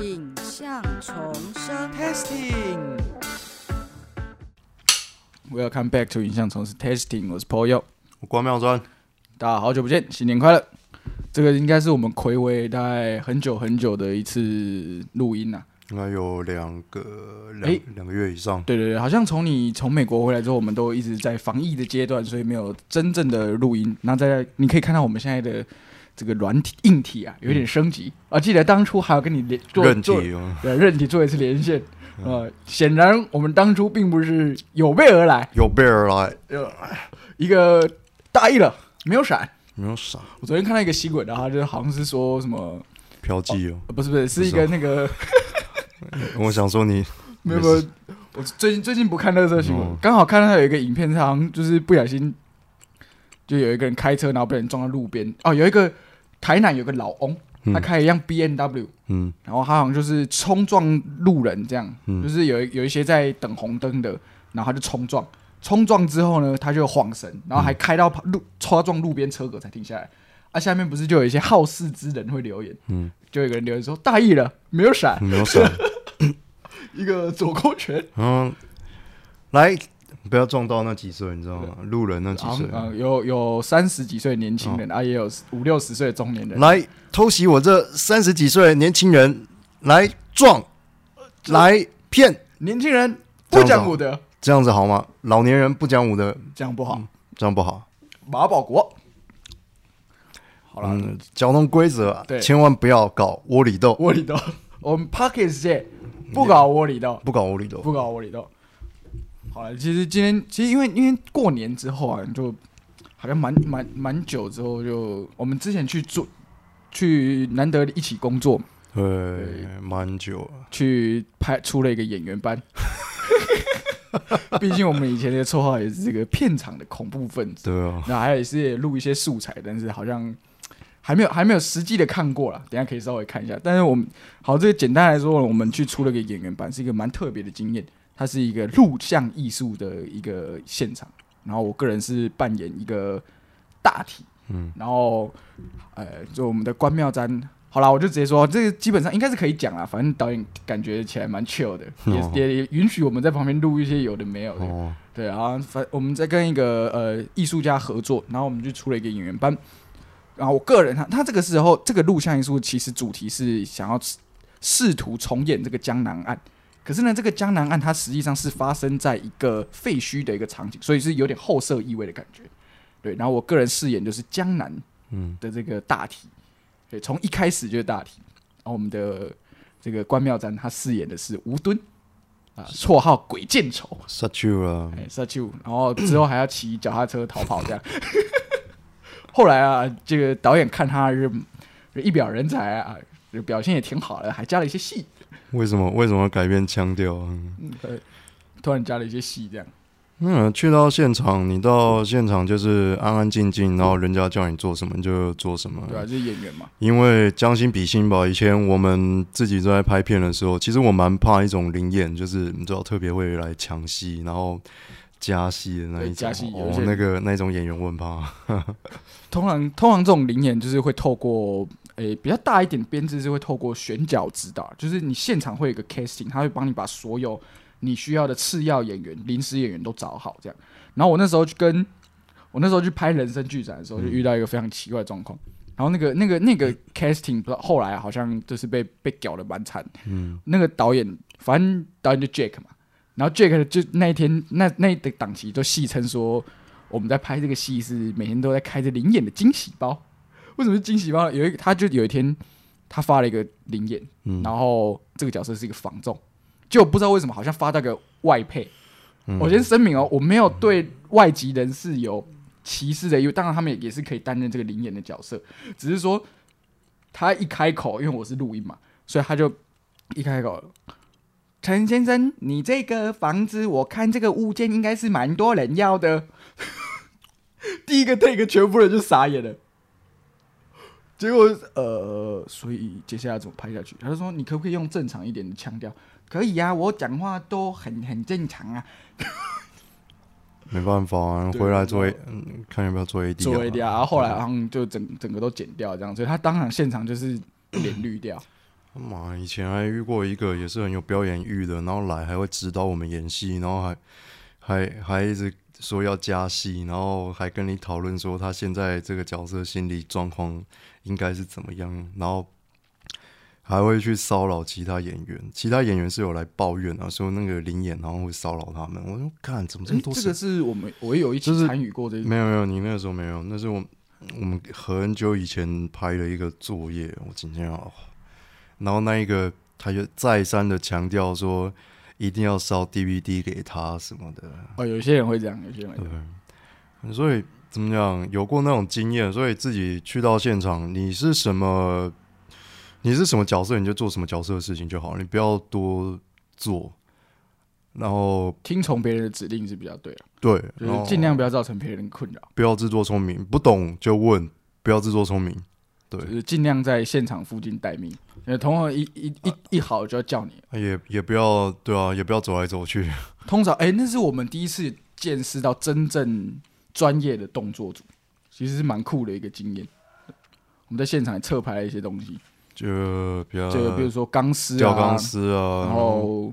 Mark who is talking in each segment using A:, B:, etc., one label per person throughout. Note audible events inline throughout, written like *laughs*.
A: 影像重生。
B: Testing。Welcome back to 影像从事 Testing，我是 Paul Yo，
C: 我关妙专，
B: 大家好久不见，新年快乐！这个应该是我们暌违大概很久很久的一次录音呐、啊。
C: 应该有两个两
B: 诶
C: 两、个月以上。
B: 对对对，好像从你从美国回来之后，我们都一直在防疫的阶段，所以没有真正的录音。那在你可以看到我们现在的这个软体硬体啊，有一点升级、啊。记得当初还有跟你连做
C: 任
B: 做
C: 体哦
B: 对任体做一次连线。呃，显然我们当初并不是有备而来，
C: 有备而来，
B: 哎一个大意了，没有闪。
C: 没有傻
B: 我昨天看到一个新闻，然后就是好像是说什么，
C: 嫖妓哦。
B: 呃不是不是，是一个那个
C: 我想说你
B: 没有没有，我最近最近不看热色新闻
C: 哦，
B: 刚、好看到有一个影片，它好像就是不小心，就有一个人开车，然后被人撞到路边。哦，有一个台南有个老翁，
C: 嗯
B: 他开一辆 B N W，、
C: 嗯
B: 然后他好像就是冲撞路人，这样，
C: 嗯
B: 就是有一有一些在等红灯的，然后他就冲撞，冲撞之后呢，他就晃神，然后还开到路冲撞路边车格才停下来。啊，下面不是就有一些好事之人会留言，
C: 嗯
B: 就有一个人留言说大意了，没有闪，
C: 没有傻，
B: *laughs* 一个左勾拳，
C: 然后来不要撞到那几岁，你知道吗？路人那几
B: 好像
C: 岁，啊哦
B: 嗯，有有三十几岁的年轻人、啊，也有五六十岁的中年人。
C: 来偷袭我这三十几岁的年轻人，来撞，
B: 呃
C: 来骗，
B: 年轻人不讲
C: 这样子啊
B: 武德，
C: 这样子好吗？老年人不讲武德，
B: 这样不好。
C: 这样不好。
B: 马保国，好了，
C: 嗯，交通规则啊
B: 对
C: 千万不要搞窝里斗，
B: 窝里斗，我们 Pockets 界不搞窝里斗，
C: 不搞窝里斗。
B: 不搞窝里斗。好了，其实今天其实因为因为过年之后啊，就好像蛮蛮蛮久之后就我们之前去做去难得一起工作嘛
C: 对，蛮久了。
B: 去拍出了一个演员班。 *laughs* 毕竟我们以前的绰号也是这个片场的恐怖分子，
C: 对啊，
B: 那还有也是也录一些素材，但是好像还没有还没有实际的看过啦。等一下可以稍微看一下。但是我们好，这个简单来说，我们去出了个演员班，是一个蛮特别的经验。它是一个录像艺术的一个现场，然后我个人是扮演一个大体，
C: 嗯，
B: 然后呃，就我们的关庙瞻，好啦，我就直接说，这个基本上应该是可以讲啦，反正导演感觉起来蛮 chill 的，
C: 哦
B: 也也也允许我们在旁边录一些有的没有的，
C: 哦，
B: 对，然后反我们在跟一个呃艺术家合作，然后我们就出了一个演员班。然后我个人他他这个时候这个录像艺术其实主题是想要试试图重演这个江南岸，可是呢这个江南岸它实际上是发生在一个废墟的一个场景，所以是有点后设意味的感觉。对，然后我个人饰演就是江南
C: 嗯，
B: 的这个大题，对，从一开始就是大题。然后我们的这个关妙瞻他饰演的是吴敦啊，绰号鬼见愁。
C: 失去了，
B: 哎，社畜，然后之后还要骑脚踏车逃跑这样。 *laughs* 后来啊，这个导演看他是一表人才啊，这表现也挺好的，还加了一些戏，
C: 为什么为什么要改变腔调啊？
B: 呃突然加了一些戏这样。
C: 嗯，去到现场，你到现场就是安安静静，然后人家叫你做什么你就做什么。
B: 嗯对啊，就是演员嘛，
C: 因为将心比心吧，以前我们自己在拍片的时候，其实我蛮怕一种灵验，就是你知道特别会来抢戏，然后加戏的那一
B: 对
C: 种。
B: 加戏有一
C: 哦
B: 些，
C: 那个那种演员问怕。
B: 通常通常这种灵演就是会透过诶、比较大一点编制是会透过选角指导，就是你现场会有一个 casting，他会帮你把所有你需要的次要演员、临时演员都找好这样。然后我那时候去跟我那时候去拍人生剧展的时候，就遇到一个非常奇怪的状况。然后那个那个那个 casting 不知道后来好像就是被被屌的蛮惨。
C: 嗯，
B: 那个导演反正导演就 Jack 嘛，然后 Jack 就那一天那那一档期就戏称说我们在拍这个戏是每天都在开着灵眼的惊喜包。为什么是惊喜包呢？有一个他就有一天他发了一个灵眼，
C: 嗯
B: 然后这个角色是一个防重，就不知道为什么好像发到个外配。我先声明哦，我没有对外籍人士有歧视的，因为当然他们也是可以担任这个灵眼的角色，只是说他一开口，因为我是录音嘛，所以他就一开口，陈先生，你这个房子，我看这个物件应该是蛮多人要的。第一个 take，全部人就傻眼了。结果呃，所以接下来怎么拍下去？他就说：“你可不可以用正常一点的腔调？”可以啊，我讲话都很很正常啊。
C: 没办法啊，
B: 对
C: 回来做 A，嗯，看要不要做 AD 啊。
B: 做一点，然后后来好像就整整个都剪掉这样，所以他当场现场就是脸绿掉。
C: 他妈，以前还遇过一个也是很有表演欲的，然后来还会指导我们演戏，然后还还还一直说要加戏，然后还跟你讨论说他现在这个角色心理状况应该是怎么样，然后还会去骚扰其他演员，其他演员是有来抱怨啊，说那个林演然后会骚扰他们。我说看怎么这么
B: 嗯
C: 多
B: 这
C: 事
B: 个是我们我有一起
C: 就是嗯
B: 参与过这个，
C: 没有没有，你那个时候没有，那是我我们很久以前拍的一个作业，我今天要，然后那一个他就再三的强调说一定要烧 DVD 给他什么的，
B: 哦，有些人会这样，有些人
C: 嗯
B: 会这样
C: 对，所以怎么讲，有过那种经验，所以自己去到现场，你是什么，你是什么角色，你就做什么角色的事情就好，你不要多做，然后
B: 听从别人的指令是比较对的，
C: 对，
B: 就
C: 然后
B: 是尽量不要造成别人的困扰，
C: 不要自作聪明，不懂就问，不要自作聪明。对
B: 就是尽量在现场附近待命。呃，同行一一一一好就要叫你。
C: 啊也也不要对啊，也不要走来走去。
B: 通常，哎、那是我们第一次见识到真正专业的动作组，其实是蛮酷的一个经验。我们在现场也侧拍了一些东西，
C: 就比较
B: 就比如说钢丝
C: 呃吊
B: 啊
C: 钢，丝啊，
B: 然后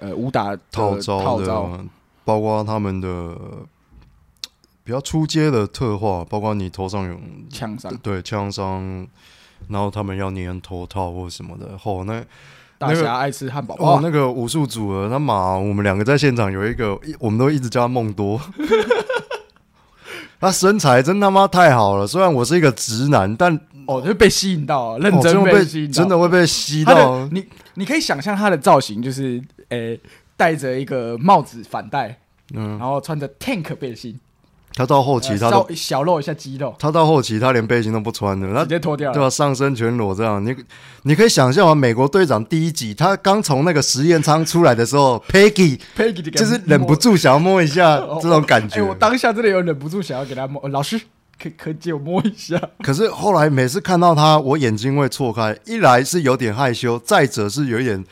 B: 呃武打的
C: 套招
B: 套
C: 的，
B: 招，
C: 包括他们的呃比较出街的特化，包括你头上有
B: 枪伤，
C: 对枪伤，然后他们要粘头套或什么的。吼、那
B: 大侠爱吃汉堡包
C: 哦，。那个武术组合，他妈，我们两个在现场有一个，一我们都一直叫他梦多。 *laughs* 他身材真他妈太好了，虽然我是一个直男，但
B: 哦，就被吸引到了，认
C: 哦
B: 真
C: 会被
B: 吸引到，
C: 真的会被吸
B: 他
C: 到
B: 的。你你可以想象他的造型就是，诶、戴着一个帽子反戴，
C: 嗯
B: 然，后穿着 tank 背心，呃
C: 他到后期他
B: 稍
C: 都
B: 微小露一下肌肉，
C: 他到后期他连背心都不穿了，他
B: 直接脱掉
C: 对
B: 了。
C: 吧？上身全裸这样，你你可以想象啊，美国队长第一集他刚从那个实验舱出来的时候，Peggy
B: Peggy 就给他
C: 就是
B: 摸
C: 忍不，住想要摸一下
B: 哦
C: 这种感
B: 哎、
C: 觉。
B: 我当下真的有忍不住想要给他摸，呃老师可可以借我摸一下？ *laughs*
C: 可是后来每次看到他，我眼睛会错开，一来是有点害羞，再者是有一点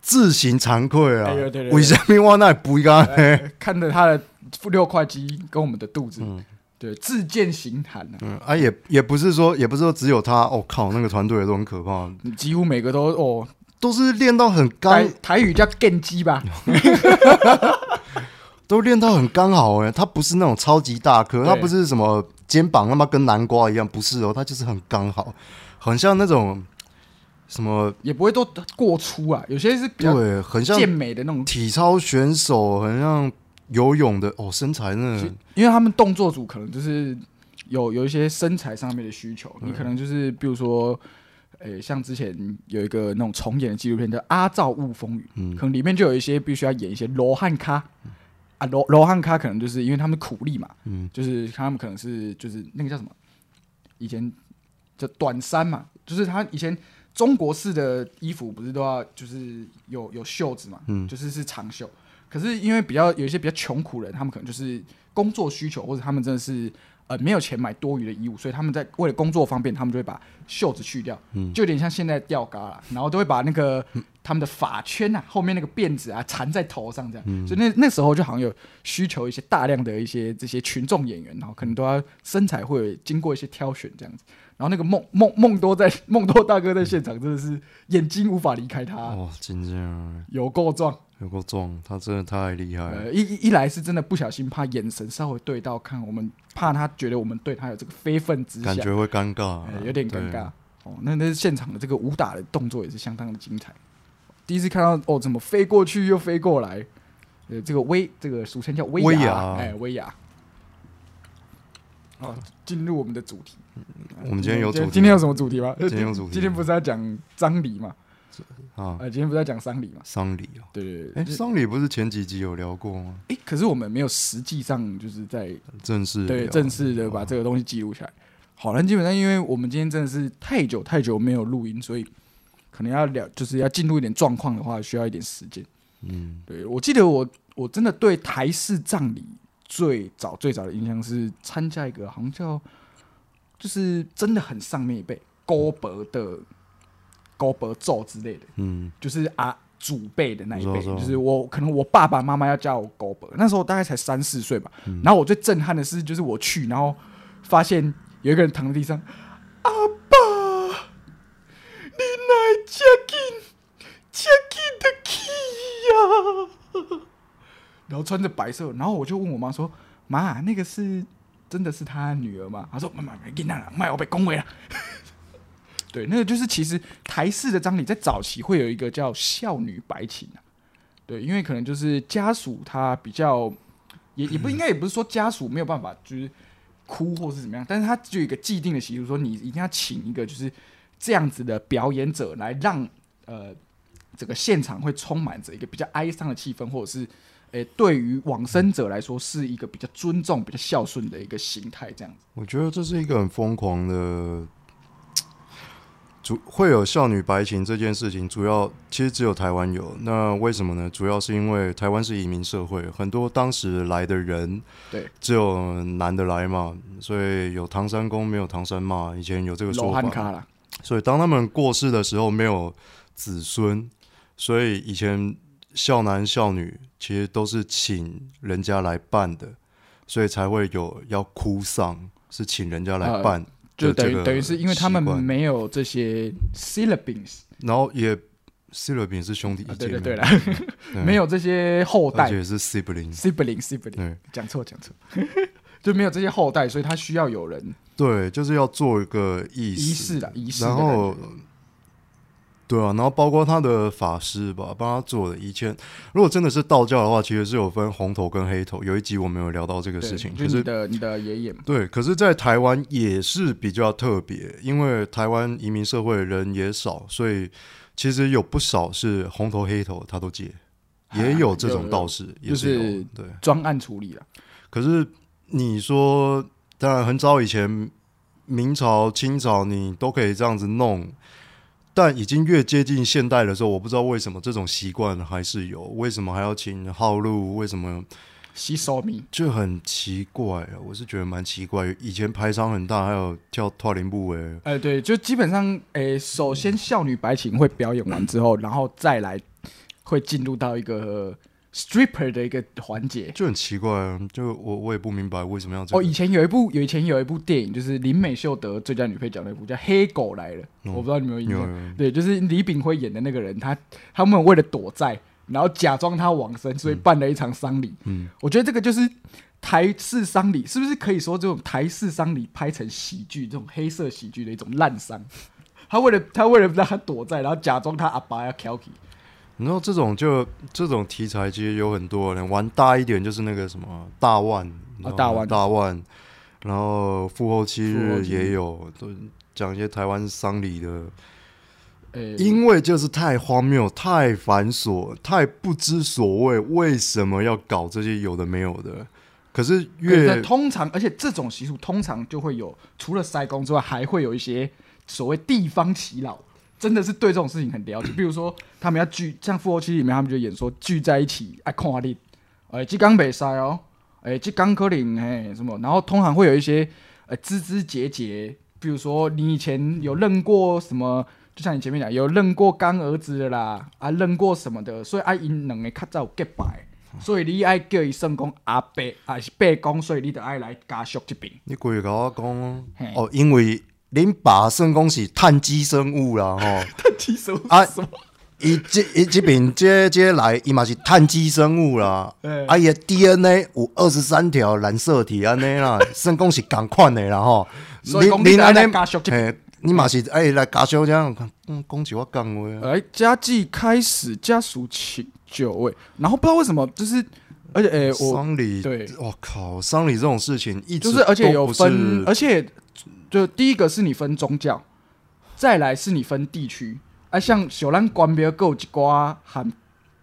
C: 自行惭愧啊
B: 哎呦对对。对
C: 为什么我那不应该？
B: 哎看着他的六块肌跟我们的肚子，对，自荐形骸啊，
C: 嗯啊，也也不是说，也不是说只有他。我、靠，那个团队都很可怕，
B: 你几乎每个都哦，
C: 都是练到很
B: 台
C: 刚，哦
B: 台语叫 g 鸡吧，
C: 都练到很刚好哎、他不是那种超级大颗，
B: 对
C: 他不是什么肩膀他妈跟南瓜一样，不是哦，他就是很刚好，很像那种什么
B: 也不会都过粗啊，有些是比较
C: 对，很像
B: 健美的那种
C: 体操选手，很像游泳的哦，身材真的
B: 因为他们动作组可能就是有有一些身材上面的需求，
C: 嗯
B: 你可能就是比如说，呃、像之前有一个那种重演的纪录片叫《阿照雾风雨》，
C: 嗯
B: 可能里面就有一些必须要演一些罗汉咖。啊，罗罗汉咖可能就是因为他们苦力嘛，
C: 嗯
B: 就是他们可能是就是那个叫什么，以前叫短衫嘛，就是他以前中国式的衣服不是都要就是有有袖子嘛，
C: 嗯
B: 就是是长袖，可是因为比较有一些比较穷苦人，他们可能就是工作需求，或者他们真的是呃没有钱买多余的衣物，所以他们在为了工作方便，他们就会把袖子去掉，就有点像现在的吊嘎啦，然后都会把那个、他们的发圈啊后面那个辫子啊缠在头上这样，所以那那时候就好像有需求一些大量的一些这些群众演员，然后可能都要身材会有经过一些挑选这样子。然后那个梦梦梦多在梦多大哥在现场真的是眼睛无法离开他，
C: 哦，真的
B: 有够壮。
C: 有够壮，他真的太厉害了。
B: 呃，一一一来是真的不小心怕眼神稍微对到看，我们怕他觉得我们对他有这个非分之想
C: 感，觉会尴尬、啊
B: 呃有点尴
C: 对
B: 尬。。哦，那那现场的这个武打的动作也是相当的精彩。第一次看到哦，怎么飞过去又飞过来？呃，这个威，这个俗称叫威
C: 威亚
B: 亚，哎，威亚。好，进入我们的主题。
C: 我们今天有主题吗
B: 今天有什么主题吗？
C: 今天有主题吗
B: 今天不是要讲张礼嘛？
C: 啊，
B: 呃，今天不是要讲丧礼嘛？
C: 丧礼啊，
B: 对对对
C: 哎，。丧礼不是前几集有聊过吗？
B: 哎，可是我们没有实际上就是在
C: 正式哦
B: 对
C: 聊
B: 正式的把这个东西记录下来。好了，那基本上因为我们今天真的是太久太久没有录音，所以可能要聊，就是要进入一点状况的话，需要一点时间。
C: 嗯，
B: 对我记得我我真的对台式葬礼最早最早的印象是参加一个好像叫就是真的很上面一辈高伯的高伯咒之类的，
C: 嗯，
B: 就是啊祖辈的那一
C: 我
B: 辈，
C: 知道我知道
B: 就是我可能我爸爸妈妈要叫我狗伯，那时候我大概才三四岁吧。
C: 嗯
B: 然后我最震撼的是，就是我去，然后发现有一个人躺在地上，阿爸，你来家去啊 *laughs* 然后穿着白色，然后我就问我妈说：“妈，那个是真的是他女儿吗？”她说：“妈妈，没给那卖我被恭维了。”对，那个就是其实台式的葬礼在早期会有一个叫孝女白琴啊，对，因为可能就是家属他比较也也不应该也不是说家属没有办法就是哭或是怎么样，但是他就有一个既定的习俗，说你一定要请一个就是这样子的表演者来让呃整个现场会充满着一个比较哀伤的气氛，或者是诶、对于往生者来说是一个比较尊重、比较孝顺的一个形态，这样子。
C: 我觉得这是一个很疯狂的，主会有少女白情这件事情，主要其实只有台湾有。那为什么呢？主要是因为台湾是移民社会，很多当时来的人，
B: 对，
C: 只有男的来嘛，所以有唐山公没有唐山嘛，以前有这个
B: 罗
C: 说
B: 汉
C: 法。
B: 卡啦，
C: 所以当他们过世的时候，没有子孙，所以以前孝男孝女其实都是请人家来办的，所以才会有要哭丧，是请人家来办。
B: 就等
C: 这个
B: 于等于是因为他们
C: 习惯
B: 没有这些 syllabings，
C: 然后也 sibling 是兄弟
B: 啊，对
C: 姐妹，
B: 对对啦，
C: *laughs* 对
B: 没，有这些后
C: 而
B: 代
C: 且是 sibling。
B: sibling sibling，
C: 对
B: 讲错讲错， *laughs* 就没有这些后代，所以他需要有人
C: 对，就是要做一个意
B: 仪式的仪式的
C: 然
B: 感觉。
C: 后，对啊，然后包括他的法师吧，帮他做的。以前如果真的是道教的话，其实是有分红头跟黑头。有一集我们有聊到这个
B: 对
C: 事情，
B: 就
C: 可
B: 是你
C: 是
B: 的你的爷爷嘛，
C: 对，可是，在台湾也是比较特别，因为台湾移民社会人也少，所以其实有不少是红头黑头他都戒，也有这种道士，也是有
B: 啊就是
C: 对。
B: 专案处理了，
C: 可是你说，当然很早以前，明朝、清朝你都可以这样子弄，但已经越接近现代的时候，我不知道为什么这种习惯还是有，为什么还要请号路，为什么
B: 吸收米
C: 就很奇怪啊！我是觉得蛮奇怪，以前排场很大，还有跳跨林步诶，
B: 呃，对，就基本上，诶、首先少女白琴会表演完之后，然后再来会进入到一个 stripper 的一个环节。
C: 就很奇怪啊！就我我也不明白为什么要这
B: 哦，
C: 个
B: 以前有一部，有以前有一部电影，就是林美秀得最佳女配角那部，叫《黑狗来了》，我不知道你们有没有印
C: 有嗯有
B: 象。
C: 有
B: 对，就是李炳辉演的那个人，他他们为了躲债，然后假装他往生，所以办了一场丧礼。
C: 嗯，
B: 我觉得这个就是台式丧礼，是不是可以说这种台式丧礼拍成喜剧，这种黑色喜剧的一种烂丧？他为了他为了让他躲债，然后假装他阿爸要 k i
C: 你知道这种就这种题材其实有很多，你玩大一点就是那个什么大腕，你知道吗
B: 哦大腕
C: 大腕，然后复后七
B: 复后
C: 日
B: 七日
C: 也有，都讲一些台湾丧礼的，
B: 呃，
C: 因为就是太荒谬、太繁琐、太不知所谓，为什么要搞这些有的没有的？可是
B: 对
C: 越
B: 通常，而且这种习俗通常就会有，除了塞工之外，还会有一些所谓地方祈老，真的是对这种事情很了解。比如说，他们要聚，像《复活期》里面，他们就演说聚在一起爱看你，哎、这刚北塞哦，哎、这刚可能哎、什么，然后通常会有一些呃枝枝节节，比如说你以前有认过什么。就像你前面讲，有认过干儿子的啦，啊认过什么的，所以啊因两个较早有结拜，所以你爱叫伊算讲阿伯，还是伯公，所以你得爱来家属这边。
C: 你鬼跟我讲哦
B: 嘿
C: 哦，因为恁爸算讲是碳基生物
B: *laughs*
C: 啦吼。
B: 其实
C: *laughs* 啊
B: 什么？
C: 伊这伊这边接接来，伊嘛是碳基生物啦
B: 嗯，
C: 啊伊的 DNA 有二十三条染色体安尼啦，算讲是共款的啦吼。
B: *laughs* 所以讲你得来加速这
C: 嘿，你嘛是哎来加修这样，嗯，讲起我讲话啊。
B: 来哎家祭开始，家属请就位，然后不知道为什么，就是而且诶、呃我
C: 丧礼，
B: 对
C: 我靠，丧礼这种事情一直
B: 就是而且有
C: 都不是
B: 分，而且就第一个是你分宗教，再来是你分地区。啊，像小咱关庙还有一寡含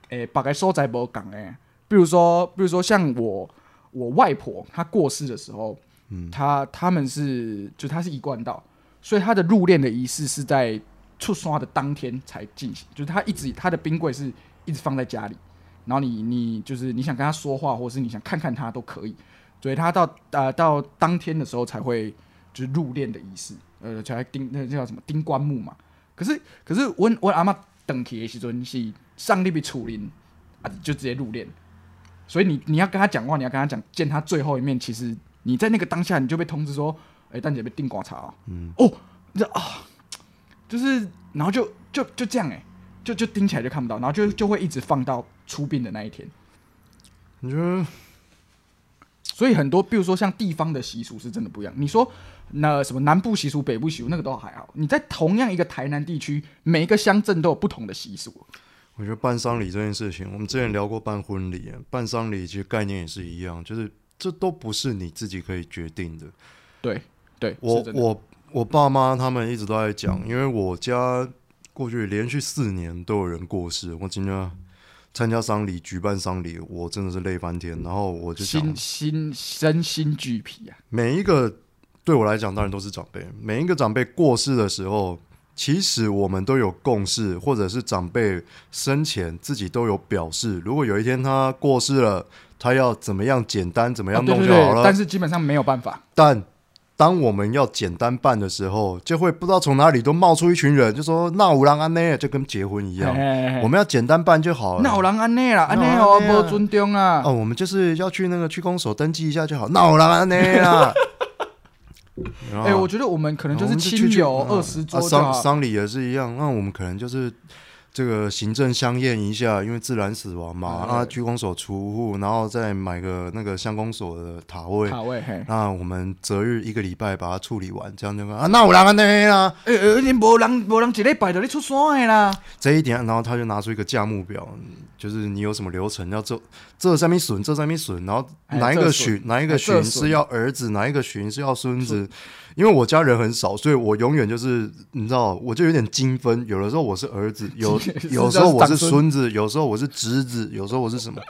B: 诶别个所在无共诶，比如说，比如说像我我外婆她过世的时候，
C: 嗯
B: 她他们是就她是一贯道，所以她的入殓的仪式是在出刷的当天才进行，就是她一直她的冰柜是一直放在家里，然后你你就是你想跟她说话，或是你想看看她都可以，所以她到呃到当天的时候才会就是入殓的仪式，呃才钉那叫什么钉棺木嘛。可是可是我我阿妈等去的时阵是上帝被处理啊，就直接入殓。所以你你要跟他讲话，你要跟他讲见他最后一面，其实你在那个当下你就被通知说，哎、蛋姐被定刮查哦，嗯，哦，你知道啊，就是然后就就就这样哎、就就盯起来就看不到，然后就就会一直放到出殡的那一天。
C: 你觉得
B: 所以很多，比如说像地方的习俗是真的不一样。你说那什么南部习俗、北部习俗，那个都还好。你在同样一个台南地区，每一个乡镇都有不同的习俗。
C: 我觉得办丧礼这件事情，我们之前聊过办婚礼，啊办丧礼其实概念也是一样，就是这都不是你自己可以决定的。
B: 对对，
C: 我
B: 是真的
C: 我我爸妈他们一直都在讲，因为我家过去连续四年都有人过世，我今天参加丧礼、举办丧礼，我真的是累翻天。然后我就想，
B: 心心身心俱疲啊。
C: 每一个对我来讲，当然都是长辈。每一个长辈过世的时候，其实我们都有共识，或者是长辈生前自己都有表示，如果有一天他过世了，他要怎么样简单怎么
B: 啊
C: 样
B: 对对
C: 弄就好
B: 对，
C: 了。
B: 但是基本上没有办法。
C: 但当我们要简单办的时候，就会不知道从哪里都冒出一群人，就说“啊那五郎安内”，就跟结婚一样，我
B: 我
C: 们要简单办就好了。
B: 那有人安内啦，安内
C: 哪有
B: 哦，
C: 这样
B: 不尊重啊
C: 哦，。我们就是要去那个区公所登记一下就好，啊那五郎安内啦。然
B: *laughs*
C: 后
B: 哎，我觉得我们可能就
C: 哦我
B: 是
C: 们去
B: 亲友
C: 去
B: 二十桌
C: 啊
B: 就
C: 丧
B: 好。
C: 丧礼也是一样。那我们可能就是这个行政相验一下，因为自然死亡嘛，
B: 嗯
C: 啊，居公所除户，然后再买个那个乡公所的塔位。
B: 卡位嘿，
C: 那我们择日一个礼拜把它处理完，这样就啊，那我让他那啦
B: 哎哎，你无人无人一礼拜就你出山的啦。
C: 这一点，然后他就拿出一个价目表，就是你有什么流程要做，这上面损，这上面损，然后
B: 哎
C: 哪一个
B: 这损
C: 旬，哪一个
B: 哎
C: 旬
B: 这
C: 是
B: 损
C: 要儿子，哪一个旬是要孙子。因为我家人很少，所以我永远就是你知道，我就有点精分。有的时候我是儿子，
B: *laughs*
C: 有
B: 是
C: 有时候我是
B: 长孙
C: 孙子，有时候我是侄子，有时候我是什么。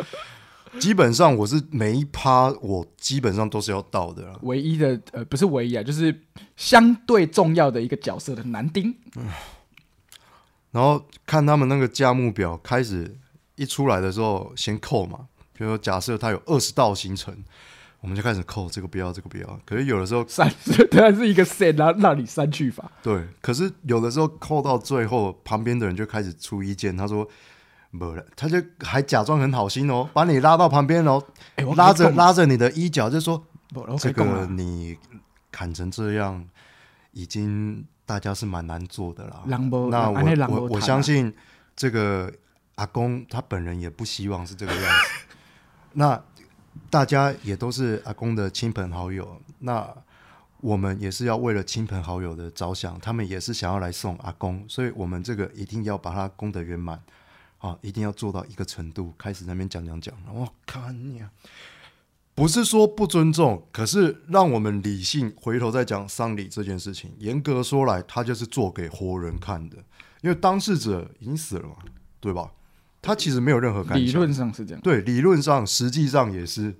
C: 基本上我是每一趴，我基本上都是要到的啦。
B: 唯一的呃，不是唯一啊，就是相对重要的一个角色的男丁。
C: 然后看他们那个价目表，开始一出来的时候先扣嘛，比如说假设他有二十道行程，我们就开始扣这个不要，这个不要。可是有的时候
B: 删， *laughs* 当然是一个 set，然后让你删去法。
C: 对，可是有的时候扣到最后，旁边的人就开始出意见，他说。没了，他就还假装很好心哦，把你拉到旁边哦，
B: 哎、我
C: 拉着
B: 跟你讲，
C: 拉着你的衣角，就说
B: 不我
C: 这
B: 这
C: 个
B: 个
C: 你砍成这样，已经大家是蛮难做的啦。
B: 人无
C: 那我
B: 安尼人无
C: 我我
B: 谈啊
C: 相信这个阿公他本人也不希望是这个样子。
B: *laughs*
C: 那大家也都是阿公的亲朋好友，那我们也是要为了亲朋好友的着想，他们也是想要来送阿公，所以我们这个一定要把它功德圆满。啊，一定要做到一个程度，开始在那边讲讲讲，我看你啊，不是说不尊重，可是让我们理性回头再讲丧礼这件事情。严格说来，他就是做给活人看的，因为当事者已经死了嘛，对吧？他其实没有任何感
B: 理
C: 想，
B: 论上是这样，
C: 对，理论上实际上也是，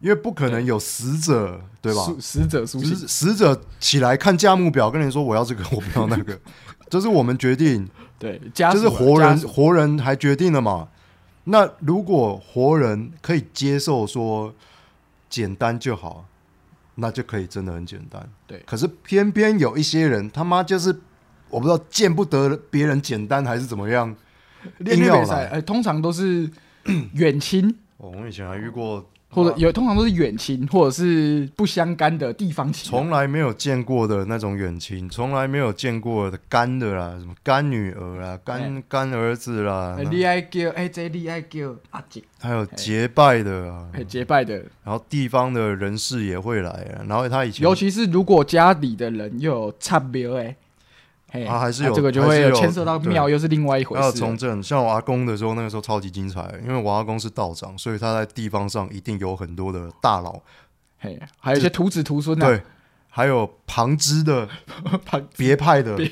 C: 因为不可能有死者，对吧？
B: 死死者苏
C: 只
B: 醒，
C: 是死者起来看价目表，跟人说我要这个，我不要那个， *laughs* 这是我们决定，
B: 对，家
C: 就是
B: 属啊
C: 活
B: 家
C: 人
B: 属
C: 活人还决定了嘛。那如果活人可以接受说简单就好，那就可以真的很简单。
B: 对
C: 可是偏偏有一些人他妈就是我不知道见不得别人简单还是怎么样。
B: 练
C: 硬
B: 练
C: 要
B: 比赛，
C: 来
B: 哎、通常都
C: *clears throat*
B: 是远亲，
C: 哦，我以前还遇过，
B: 或者有通常都是远亲，或者是不相干的地方亲啊、
C: 从来没有见过的那种远亲，从来没有见过的干的啦，什么干女儿啦、干干儿子啦
B: 哎，你爱叫哎，这你爱叫阿姐，
C: 还有结拜的啊，
B: 哎，结拜的，
C: 然后地方的人士也会来啊，然后他以前
B: 尤其是如果家里的人又有差别哎，嘿，
C: 啊还是
B: 那
C: 有
B: 这个就
C: 还是
B: 会有
C: 有
B: 牵涉到
C: 对
B: 庙，又是另外一回
C: 还有
B: 事了
C: 从。政，像我阿公的时候，那个时候超级精彩，因为我阿公是道长，所以他在地方上一定有很多的大佬，
B: 嘿，还有一些徒子徒孙啊，
C: 对，还有旁支的、
B: *laughs* 旁
C: 别派的，
B: 别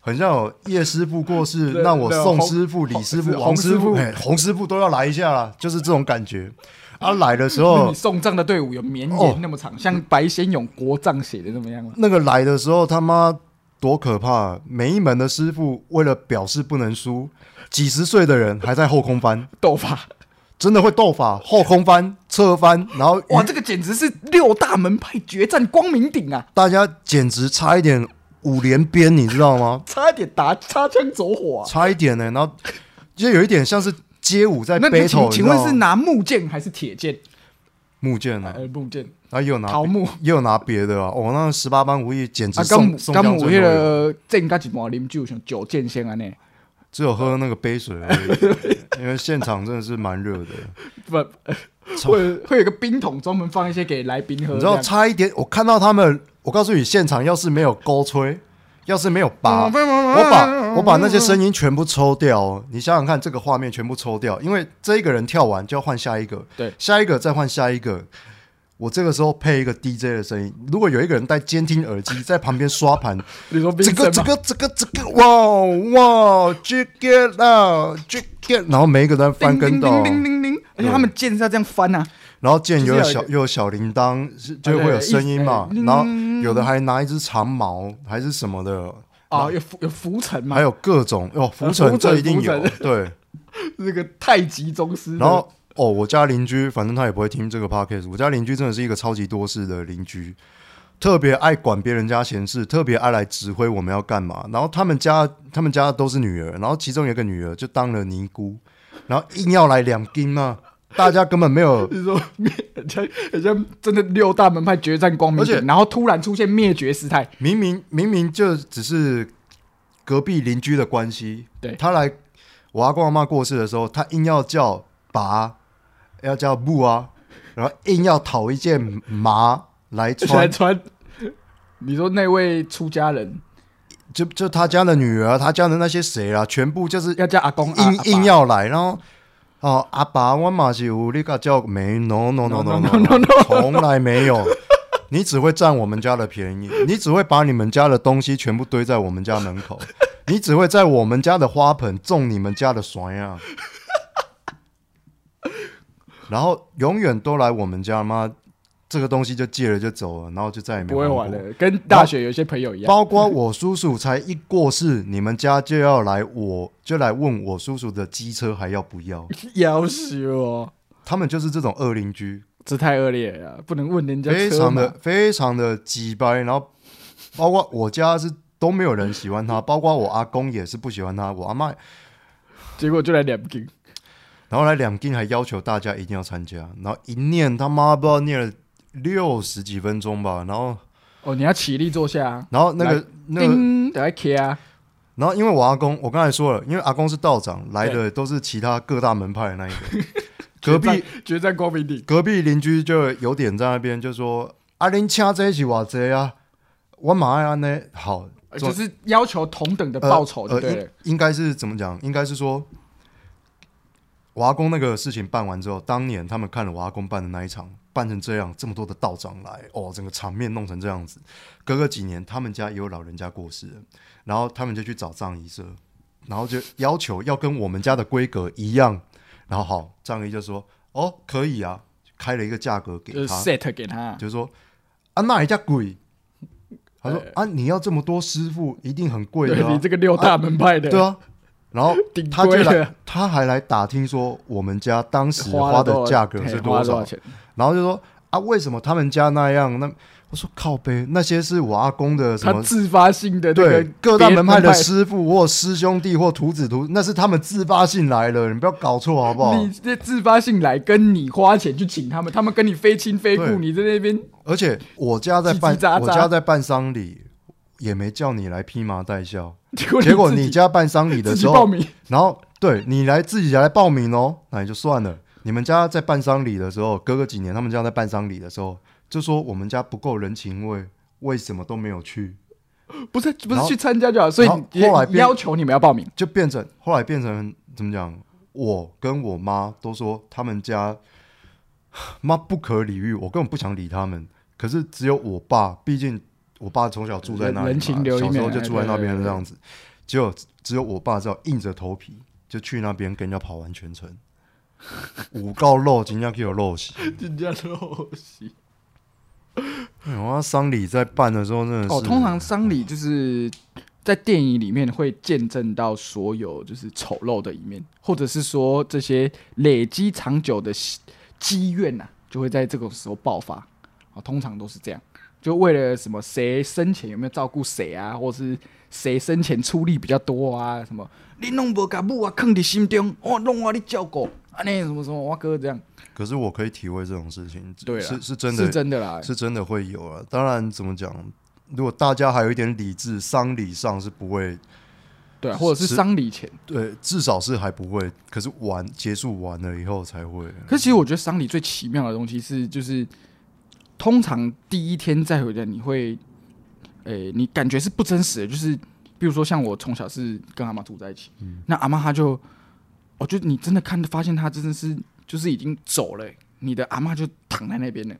C: 很像有叶师傅过世，
B: 对
C: 那我
B: 对
C: 宋
B: 洪
C: 师傅、李
B: 洪
C: 师傅、
B: 是
C: 王
B: 洪
C: 师
B: 师
C: 傅、
B: 傅
C: 嘿洪师傅都要来一下啦，就是这种感觉。啊，来的时候
B: *laughs* 你，送葬的队伍有绵
C: 哦
B: 延那么长，像白先勇国葬写的那么样吗？
C: 那个来的时候他妈多可怕！每一门的师傅为了表示不能输，几十岁的人还在后空翻，
B: 斗法，
C: 真的会斗法，后空翻、侧翻，然后
B: *laughs* 哇，这个简直是六大门派决战光明顶啊！
C: 大家简直差一点五连鞭，你知道吗？
B: 差一点打擦枪走火啊！
C: 差一点呢、然后就有一点像是街舞在
B: 那你请
C: battle，你
B: 请
C: 知道
B: 问
C: 吗
B: 是拿木剑还是铁剑？
C: 木剑呢、啊？
B: 呃，木剑，
C: 然后也有拿
B: 桃木。
C: 也有拿别的啊！哦，那十八般武艺简直
B: 啊，
C: 宋
B: 刚
C: 宋
B: 刚
C: 江
B: 有
C: 最
B: 迄
C: 后一个
B: 个剑甲一半啉酒，像九剑仙安尼，
C: 只有喝那个杯水
B: *laughs*
C: 而已，因为现场真的是蛮热的。
B: 不，会会有个冰桶专门放一些给来宾喝这样，
C: 你知道，差一点，我看到他们，我告诉你，现场要是没有勾吹，要是没有
B: 嗯
C: 拔，我把我把那些声音全部抽掉哦。你想想看，这个画面全部抽掉，因为这一个人跳完就要换下一个，
B: 对
C: 下一个再换下一个。我这个时候配一个 DJ 的声音，如果有一个人戴监听耳机在旁边刷
B: *laughs*
C: 盘，
B: 你说冰
C: 这
B: 镇
C: 个
B: 吗
C: 这个这个这个，哇哇，check it out，check it，然后每一个人翻跟斗啊
B: 叮，叮叮叮叮，而且他们剑是要这样翻啊，
C: 然后剑又有
B: 就是要
C: 小
B: 有一个
C: 又有小铃铛，是就会有声音嘛
B: 啊。对一
C: 然后有的还拿一只长矛还是什么的，
B: 啊，有浮有浮尘嘛
C: 还，有各种哦，浮
B: 啊浮
C: 尘
B: 尘
C: 这一定有
B: 浮 *laughs*
C: 对。
B: 那个太极宗师，
C: 然后哦，我家邻居反正他也不会听这个 podcast，我家邻居真的是一个超级多事的邻居，特别爱管别人家闲事，特别爱来指挥我们要干嘛。然后他们家他们家都是女儿，然后其中有一个女儿就当了尼姑，然后硬要来两斤嘛，大家根本没有
B: 就是说 *laughs* 灭，很像很像真的六大门派决战光明
C: 而
B: 顶
C: 且，
B: 然后突然出现灭绝师太，
C: 明明明明就只是隔壁邻居的关系，
B: 对
C: 他来我阿公阿妈过世的时候，他硬要叫爸，要叫木啊，然后硬要讨一件麻来
B: 穿
C: 穿，
B: 穿。你说那位出家人
C: 就就他家的女儿，他家的那些谁啦，全部就是
B: 要叫阿公啊阿
C: 硬
B: 爸
C: 硬要来，然后。哦，阿爸，我嘛是有你个叫没，no no no
B: No,
C: no
B: no, no, no, no.
C: 从来没有，你只会占我们家的便宜，你只会把你们家的东西全部堆在我们家门
B: *laughs*
C: 口，你只会在我们家的花盆种你们家的酸呀，然后永远都来我们家，妈这个东西就借了就走了，然后就再也没
B: 不会
C: 还
B: 玩
C: 过
B: 了，跟大学有些朋友一样，
C: 包括我叔叔才一过世，你们家就要来我，就来问我叔叔的机车还要不要？
B: *laughs* 要死哦，
C: 他们就是这种恶邻居，
B: 这太恶劣了，不能问人家
C: 非
B: 车
C: 常
B: 嘛
C: 的非常的鸡掰。然后包括我家是都没有人喜欢他，包括我阿公也是不喜欢他，我阿妈，
B: 结果就来两斤，
C: 然后来两金还要求大家一定要参加，然后一念他妈不知道念了六十几分钟吧，然后
B: 哦，你要起立坐下啊，
C: 然后那
B: 来
C: 个那个。
B: 叮，来 K 啊，
C: 然后因为我阿公，我刚才说了，因为阿公是道长，来的都是其他各大门派的那一个。
B: *laughs*
C: 隔壁
B: 决战光明顶，
C: 隔壁邻居就有点在那边就说：“啊，恁请这是偌济啊，我马上呢好，
B: 呃
C: 做
B: 就是要求同等的
C: 呃
B: 报酬，
C: 呃
B: 哦对了
C: 应应该是怎么讲？应该是说，我阿公那个事情办完之后，当年他们看了我阿公办的那一场，办成这样，这么多的道长来，哦，整个场面弄成这样子。隔个几年，他们家也有老人家过世了，然后他们就去找葬仪社，然后就要求要跟我们家的规格一样。然后好，葬仪就说：“哦，可以啊。”开了一个价格给
B: 呃就是
C: 他，
B: set 给他，
C: 就是说啊，那人家贵。他说
B: 对
C: 啊，你要这么多师傅，一定很贵的、
B: 呃对
C: 啊。
B: 你这个六大门派的，
C: 对啊，然 *laughs* 后
B: 顶
C: 他就
B: 规
C: 来
B: 的，
C: 他还来打听说我们家当时花
B: 了
C: 的
B: 多少
C: 价格
B: 嘿
C: 是
B: 花
C: 多
B: 了多
C: 少
B: 少，钱？
C: 然后就说啊，为什么他们家那样？那我说靠呗，那些是我阿公的什
B: 他
C: 么？
B: 自发性的那个
C: 对，各大
B: 别
C: 门派的
B: 门
C: 师傅或师兄弟或徒子徒，那是他们自发性来了，你不要搞错好不好？
B: 你这自发性来跟你花钱去请他们，他们跟你非亲非
C: 对
B: 故，你在那边
C: 而且我家在办
B: 叽叽喳喳
C: 我家在办丧礼，也没叫你来披麻戴孝，
B: 结果
C: 结果
B: 自己
C: *laughs* 你家办丧礼的
B: 自
C: 时
B: 己
C: 候，
B: 报名，
C: 然后对你来自己来报名哦，那也就算了。你们家在办丧礼的时候，隔个几年，他们家在办丧礼的时候，就说我们家不够人情味，为什么都没有去？
B: 不是不
C: 然
B: 是
C: 后
B: 去参加就好，所以
C: 然后
B: 你
C: 后来
B: 你
C: 变
B: 要求你们要报
C: *laughs*
B: 名，
C: 就变成后来变成怎么讲？我跟我妈都说他们家妈不可理喻，我根本不想理他们。可是只有我爸，毕竟我爸从小住在那里嘛，
B: 人人情留一
C: 小
B: 面
C: 时候就住在那
B: 哎对对
C: 边
B: 对
C: 这样子。只有只有我爸知道，硬着头皮就去那边跟人家跑完全程。 *laughs* 五告肉，今天给我肉席。
B: 人家陋习。
C: 哎呦我丧礼在办的时候，真的是
B: 哦，通常丧礼就是在电影里面会见证到所有就是丑陋的一面，或者是说这些累积长久的积积怨呐、就会在这种时候爆发。哦，通常都是这样，就为了什么谁生前有没有照顾谁啊，或是谁生前出力比较多啊，什么你弄无甲母啊，坑伫心中，哦，弄我你照顾，啊，那什么什么我哥这样，
C: 可是我可以体会这种事情，
B: 对啦
C: 是是真的，
B: 是真的啦，
C: 是真的会有啊。当然，怎么讲？如果大家还有一点理智，丧礼上是不会
B: 对啊，或者是
C: 是
B: 丧礼前。
C: 对，至少是还不会，可是完结束完了以后才会。
B: 可是其实我觉得丧礼最奇妙的东西是，就是通常第一天再回家，你会，诶、你感觉是不真实的。就是比如说像我从小是跟阿妈住在一起，那阿妈她就，我就你真的看发现她真的是就是已经走了欸、你的阿妈就躺在那边了。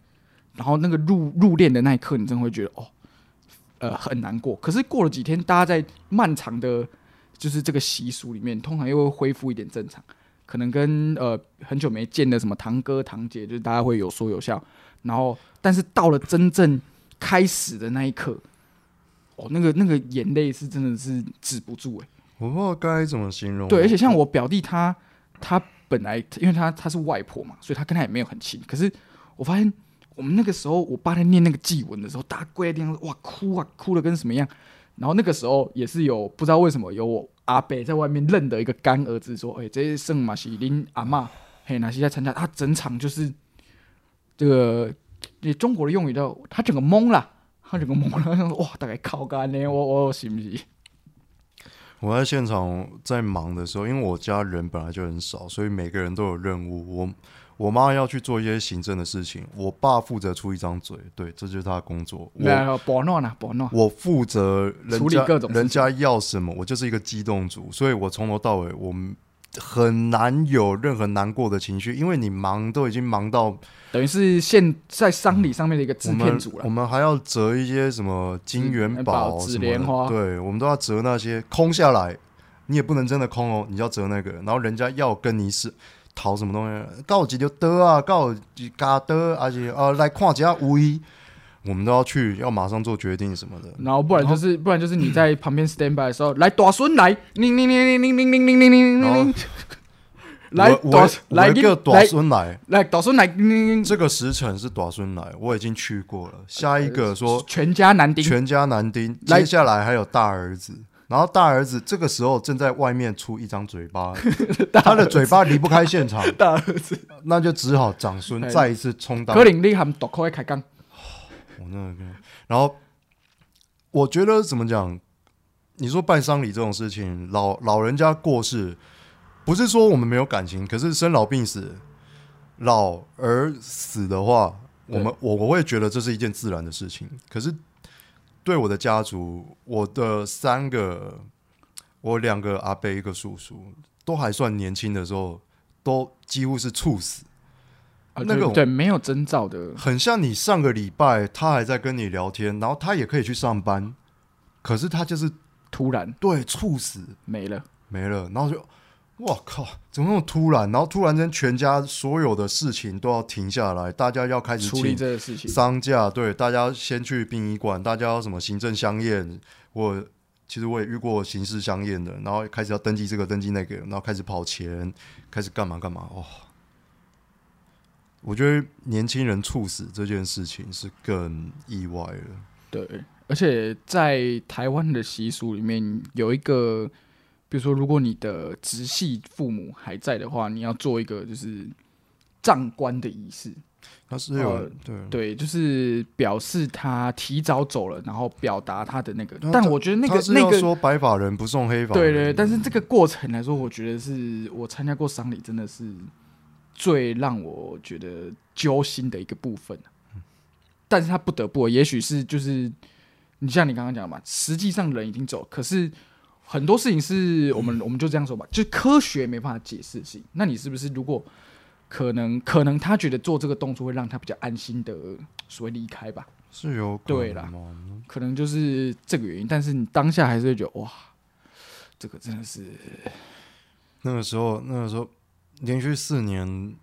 B: 然后那个入入殓的那一刻，你真的会觉得哦，呃，很难过。可是过了几天，大家在漫长的就是这个习俗里面，通常又会恢复一点正常。可能跟呃很久没见的什么堂哥堂姐，就是大家会有说有笑。然后，但是到了真正开始的那一刻，哦，那个那个眼泪是真的是止不住哎、
C: 我不知道该怎么形容。
B: 对，而且像我表弟他，他本来因为他他是外婆嘛，所以他跟他也没有很亲。可是我发现我们那个时候，我爸在念那个祭文的时候，大家跪在地上，哇哭啊哭的跟什么样。然后那个时候也是有不知道为什么有我阿伯在外面认得一个干儿子说，哎、这是圣马西林阿嬷，嘿，哪些在参加？他整场就是这个你中国的用语叫他整个懵了。他整个懵了，他想说哇，大概靠干呢，我我是不是？
C: 我在现场在忙的时候，因为我家人本来就很少，所以每个人都有任务。我我妈要去做一些行政的事情，我爸负责出一张嘴，对，这就是他的工作。
B: 没
C: 我
B: 有，保暖啊，保暖。
C: 我负责人
B: 处理
C: 家
B: 各种事情
C: 人家要什么，我就是一个机动组，所以我从头到尾我很难有任何难过的情绪，因为你忙都已经忙到
B: 等于是现在丧礼上面的一个
C: 我
B: 制片
C: 们
B: 组
C: 嗯我
B: 了。
C: 们还要折一些什么金元宝、
B: 纸
C: 什
B: 纸
C: 么
B: 莲花
C: 的，对，我们都要折那些空下来，你也不能真的空哦，你要折那个，然后人家要跟你是讨什么东西，告几就得啊，告几嘎得，而且呃来看一下无一，我们都要去，要马上做决定什么的。
B: 然后不然就是不然就是你在旁边 stand by 的时候，来大孙来，铃铃铃铃铃铃铃铃铃铃铃
C: 嗯
B: 铃，来
C: 哦我我
B: 大来
C: 我一个
B: 你
C: 短孙来，
B: 来大孙来，铃铃铃，
C: 这个时辰是短孙来，我已经去过了。下一个说
B: 全家难丁。
C: 全家男丁，
B: 来
C: 接下来还有大儿子，然后大儿子这个时候正在外面出一张嘴
B: *laughs*
C: 巴，他的嘴巴离不开现场，
B: 大儿子
C: 那就只好长孙
B: 哎
C: 再一次充当。
B: 可能你含大口的开讲，
C: 我那个，然后我觉得怎么讲？你说办丧礼这种事情，老老人家过世，不是说我们没有感情，可是生老病死，老而死的话，我们我我会觉得这是一件自然的事情。可是对我的家族，我的三个，我两个阿伯一个叔叔，都还算年轻的时候，都几乎是猝死。
B: 啊
C: 那
B: 对
C: 种
B: 对没有征兆的，
C: 很像你上个礼拜他还在跟你聊天，然后他也可以去上班，可是他就是
B: 突然
C: 对猝死
B: 没了。
C: 没了，然后就哇靠，怎么那么突然？然后突然间全家所有的事情都要停下来，大家要开始
B: 处理
C: 请
B: 这个事情，
C: 丧假，对，大家先去殡仪馆，大家要什么行政相验，我。其实我也遇过刑事相验的，然后开始要登记这个登记那个，然后开始跑钱，开始干嘛干嘛哦。我觉得年轻人猝死这件事情是更意外了。
B: 对，而且在台湾的习俗里面有一个，比如说，如果你的直系父母还在的话，你要做一个就是葬官的仪式，
C: 嗯他是有、
B: 呃
C: 对
B: 对，就是表示他提早走了，然后表达他的那个
C: 那。
B: 但
C: 他
B: 我觉得那
C: 他
B: 个
C: 是
B: 那
C: 要
B: 个，
C: 说白发人不送黑发
B: 对
C: 人，
B: 对，对但是这个过程来说，我觉得是我参加过丧礼，真的是最让我觉得揪心的一个部分。啊但是他不得不，也许是就是你像你刚刚讲的嘛，实际上人已经走，可是很多事情是我们我们就这样说吧，就科学没办法解释的事情。那你是不是如果可能可能他觉得做这个动作会让他比较安心的所谓离开吧？
C: 是有
B: 对
C: 了
B: 啦，可能就是这个原因，但是你当下还是会觉得哇，这个真的是
C: 那个时候，那个时候连续四年，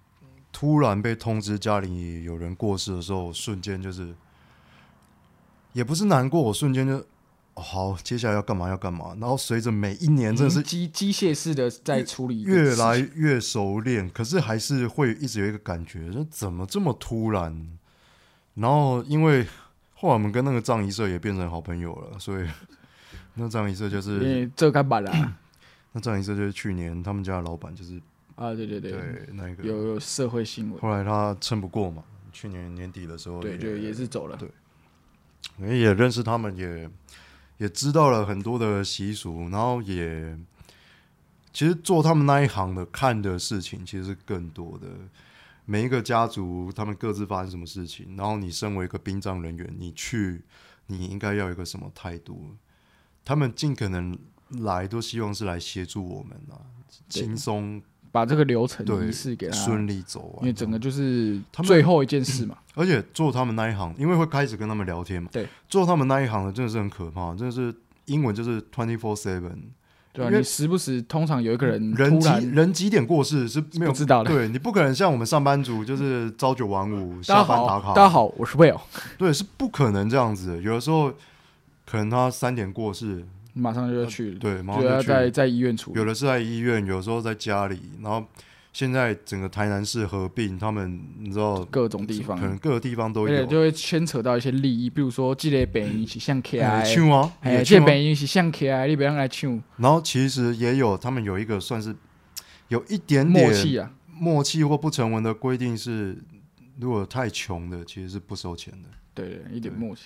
C: 突然被通知家里有人过世的时候，我瞬间就是，也不是难过，我瞬间就、哦好，接下来要干嘛要干嘛。然后随着每一年，真的是
B: 机机械式的在处理一个
C: 越
B: 事
C: 来
B: 情
C: 越熟练，可是还是会一直有一个感觉，就怎么这么突然？然后因为后来我们跟那个葬仪社也变成好朋友了，所以那葬仪社就
B: 因
C: 是
B: 为这啊该版
C: 嗯
B: 啦
C: 那葬仪社就是去年他们家的老板就是
B: 啊，对对对，
C: 对那个
B: 有有社会新闻，
C: 后来他撑不过嘛，去年年底的时候
B: 对，就也是走了
C: 对，也认识他们也，也也知道了很多的习俗，然后也其实做他们那一行的看的事情其实是更多的。每一个家族他们各自发生什么事情，然后你身为一个殡葬人员，你去你应该要有一个什么态度？他们尽可能来都希望是来协助我们啊，
B: 对
C: 轻松
B: 把这个流程
C: 对
B: 仪式给他，
C: 顺利走完。
B: 因为整个就是
C: 他们嗯
B: 最后一件事嘛。
C: 而且做他们那一行，因为会开始跟他们聊天嘛。
B: 对，
C: 做他们那一行的真的是很可怕，真的是英文就是 twenty four seven，
B: 对啊，
C: 因为
B: 你时不时通常有一个人
C: 人
B: 突
C: 几
B: 然
C: 人几点过世是没
B: 不
C: 有
B: 知道的。
C: 对你不可能像我们上班族就是朝九晚五
B: 大家
C: 下班打
B: 好，
C: 卡，
B: 大家好，我是 Will，
C: 对是不可能这样子的。有的时候可能他三点过世，
B: 马上就要去，
C: 呃对，马
B: 就要
C: 上就
B: 在
C: 去，
B: 在医院处理
C: 有。的是在医院，有的时候在家里，然后现在整个台南市合并，他们你知道
B: 各种地方
C: 可，能各个地方都
B: 而
C: 有
B: 且。就会牵扯到一些利益，比如说这类病一起向 K
C: 哎
B: I，
C: 唱啊，
B: 哎，
C: 也
B: 这
C: 唱
B: 个
C: 啊
B: 病一起向 K I，你不要来抢
C: 然后其实也有他们有一个算是有一点点
B: 默契啊，
C: 默契或不成文的规定是，如果太穷的其实是不收钱的。
B: 对对，一点
C: 对
B: 默契。